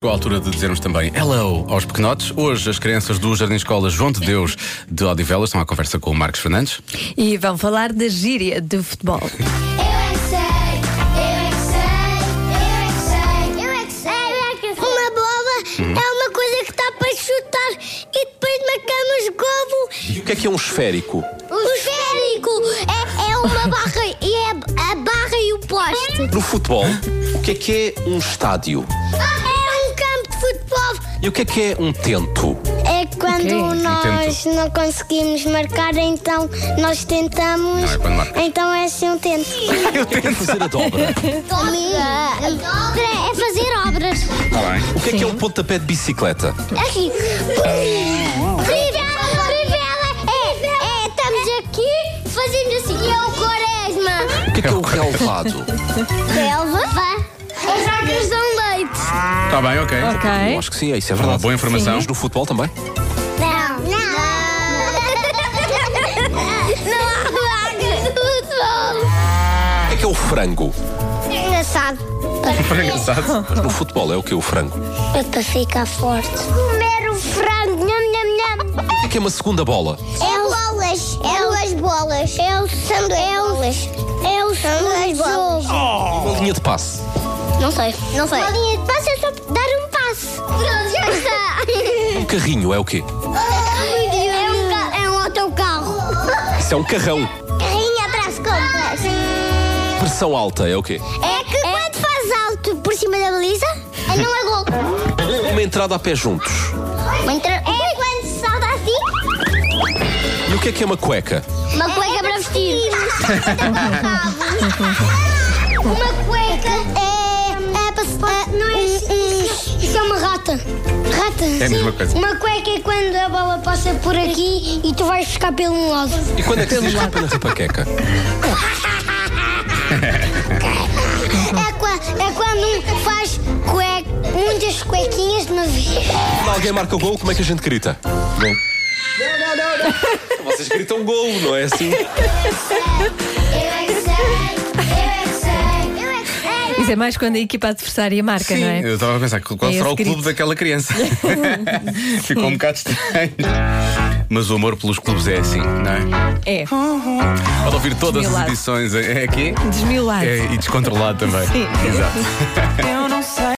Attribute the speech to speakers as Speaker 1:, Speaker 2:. Speaker 1: Chegou a altura de dizermos também hello aos pequenotes. Hoje as crianças do Jardim Escola João de Deus de Odivelas estão à conversa com o Marcos Fernandes.
Speaker 2: E vão falar da gíria do futebol.
Speaker 3: Eu é que sei, eu é que sei, eu é que sei, eu é que sei, eu é que sei. Uma bola
Speaker 1: Uhum.
Speaker 3: é uma coisa que está para chutar e depois marcamos golo.
Speaker 4: E o que é que é um esférico?
Speaker 3: O esférico é, é uma barra e é a barra e o poste.
Speaker 4: No futebol, o que é que é um estádio?
Speaker 3: É um campo de futebol.
Speaker 4: E o que é que é um tento?
Speaker 3: É quando
Speaker 2: Ok.
Speaker 3: nós não conseguimos marcar, então nós tentamos.
Speaker 1: Não, é quando marcas.
Speaker 3: então é assim um tento.
Speaker 4: O que é que é fazer a dobra?
Speaker 3: Obra. obra é fazer obras.
Speaker 4: O que é que é um pontapé de bicicleta?
Speaker 3: Aqui. Trivela, trivela. É, é, estamos aqui fazendo assim. E é o
Speaker 4: O
Speaker 3: Quaresma.
Speaker 4: que é que é um relevado?
Speaker 3: Relva. As águas dão leite.
Speaker 1: Está Tá bem, ok.
Speaker 4: Eu
Speaker 2: Ok?
Speaker 4: acho que sim, é isso é
Speaker 1: Uma
Speaker 4: verdade.
Speaker 1: boa informação.
Speaker 4: Mas no futebol também?
Speaker 3: Não. Não. Não há águas do sol.
Speaker 4: O que é que é o frango?
Speaker 3: Engraçado.
Speaker 1: Foi engraçado.
Speaker 4: Mas no futebol é o que é o frango? O
Speaker 3: É para ficar forte. Comer o frango. Nham, nham, nham.
Speaker 4: que é que é uma segunda bola?
Speaker 3: É bolas. É as bolas. É o sanduíche. É bolas. É o sanduíche.
Speaker 4: Uma linha de passe.
Speaker 3: Não sei, não sei. Uma linha de passe é só dar um passo. Pronto, já está.
Speaker 4: Um carrinho é o quê?
Speaker 3: é, um ca- é um autocarro.
Speaker 4: Isso é um carrão.
Speaker 3: Carrinho atrás compras.
Speaker 4: Pressão alta é o quê?
Speaker 3: É que quando faz alto por cima da baliza, não é gol.
Speaker 4: Uma entrada a pé juntos.
Speaker 3: É quando se salta assim,
Speaker 4: E o que é que é uma cueca?
Speaker 3: uma cueca para vestir. uma cueca é, é para se... não é Isso é uma rata. Rata.
Speaker 1: Um, É a mesma coisa.
Speaker 3: Uma cueca é quando a bola passa por aqui e tu vais ficar pelo um lado.
Speaker 4: E quando é que se diz rapa na rapaqueca?
Speaker 3: É, qua- é quando um faz cueca, muitas cuequinhas de uma vez.
Speaker 4: Quando alguém marca o gol, como é que a gente grita? Gol. Não, não, não, não. Vocês gritam gol, não é assim?
Speaker 3: Eu é que sei, eu é que sei, eu é que sei.
Speaker 2: Isso é mais quando a equipa adversária marca,
Speaker 1: Sim,
Speaker 2: não é?
Speaker 1: eu estava a pensar qual será
Speaker 2: É esse
Speaker 1: o clube
Speaker 2: grito.
Speaker 1: daquela criança. Ficou um bocado estranho. Mas o amor pelos clubes é assim, não é?
Speaker 2: É,
Speaker 1: Pode ouvir todas as
Speaker 2: Desmiolado.
Speaker 1: edições é aqui
Speaker 2: desmiolado.
Speaker 1: é, e descontrolado também.
Speaker 2: Sim.
Speaker 1: Exato.
Speaker 5: Eu não sei.